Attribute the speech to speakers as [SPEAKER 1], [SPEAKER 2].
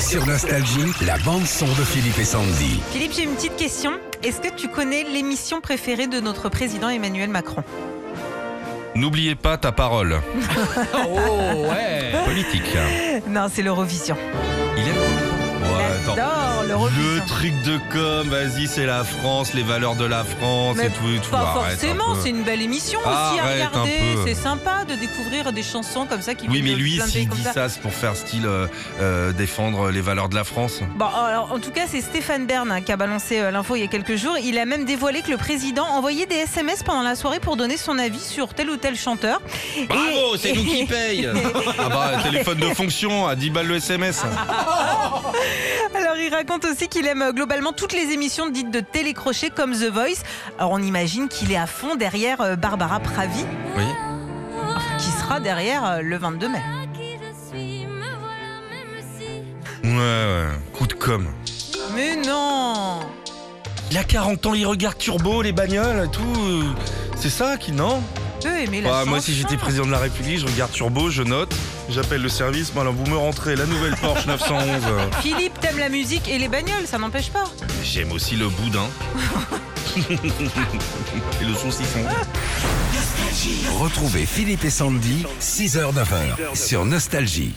[SPEAKER 1] Sur Nostalgie, la bande-son de Philippe et Sandy.
[SPEAKER 2] Philippe, j'ai une petite question. Est-ce que tu connais l'émission préférée de notre président Emmanuel Macron
[SPEAKER 3] N'oubliez pas ta parole.
[SPEAKER 4] Oh ouais
[SPEAKER 3] Politique.
[SPEAKER 2] Non, c'est l'Eurovision.
[SPEAKER 3] Il est. Ouais, attends.
[SPEAKER 2] J'adore l'Eurovision.
[SPEAKER 3] Le truc de com, vas-y, c'est la France, les valeurs de la France
[SPEAKER 2] Mais
[SPEAKER 3] et tout. et tout.
[SPEAKER 2] Pas
[SPEAKER 3] Arrête un
[SPEAKER 2] forcément,
[SPEAKER 3] peu.
[SPEAKER 2] c'est une belle émission aussi à
[SPEAKER 3] Arrête un
[SPEAKER 2] regarder.
[SPEAKER 3] peu.
[SPEAKER 2] C'est sympa de découvrir des chansons comme ça qui
[SPEAKER 3] Oui,
[SPEAKER 2] viennent
[SPEAKER 3] mais
[SPEAKER 2] de
[SPEAKER 3] lui,
[SPEAKER 2] plein de pays
[SPEAKER 3] s'il
[SPEAKER 2] comme
[SPEAKER 3] dit
[SPEAKER 2] ça.
[SPEAKER 3] ça, c'est pour faire style euh, euh, défendre les valeurs de la France.
[SPEAKER 2] Bon, alors, en tout cas, c'est Stéphane Bern hein, qui a balancé euh, l'info il y a quelques jours. Il a même dévoilé que le président envoyait des SMS pendant la soirée pour donner son avis sur tel ou tel chanteur. Et-
[SPEAKER 3] Bravo, c'est nous qui paye Ah bah, téléphone de fonction à 10 balles le
[SPEAKER 2] Ah,
[SPEAKER 3] SMS.
[SPEAKER 2] Alors, il raconte aussi qu'il aime euh, globalement toutes les émissions dites de télécrochet comme The Voice. Alors, on imagine qu'il est à fond derrière euh, Barbara Pravi,
[SPEAKER 3] Oui.
[SPEAKER 2] qui sera derrière euh, le 22 mai.
[SPEAKER 5] qui je suis, me voilà même si.
[SPEAKER 3] Ouais, ouais. Coup de com.
[SPEAKER 2] Mais non
[SPEAKER 3] Il a 40 ans, il regarde Turbo, les bagnoles, tout. C'est ça qui, non
[SPEAKER 2] Eux aimer la
[SPEAKER 3] Bah, moi, si
[SPEAKER 2] chanson.
[SPEAKER 3] j'étais président de la République, je regarde Turbo, je note, j'appelle le service. Bon, alors, vous me rentrez la nouvelle Porsche 911.
[SPEAKER 2] Philippe, t'aimes la musique et les bagnoles, ça n'empêche pas.
[SPEAKER 3] J'aime aussi le boudin. Et le saucisson.
[SPEAKER 1] Retrouvez Philippe et Sandy, 6h-9h, sur Nostalgie.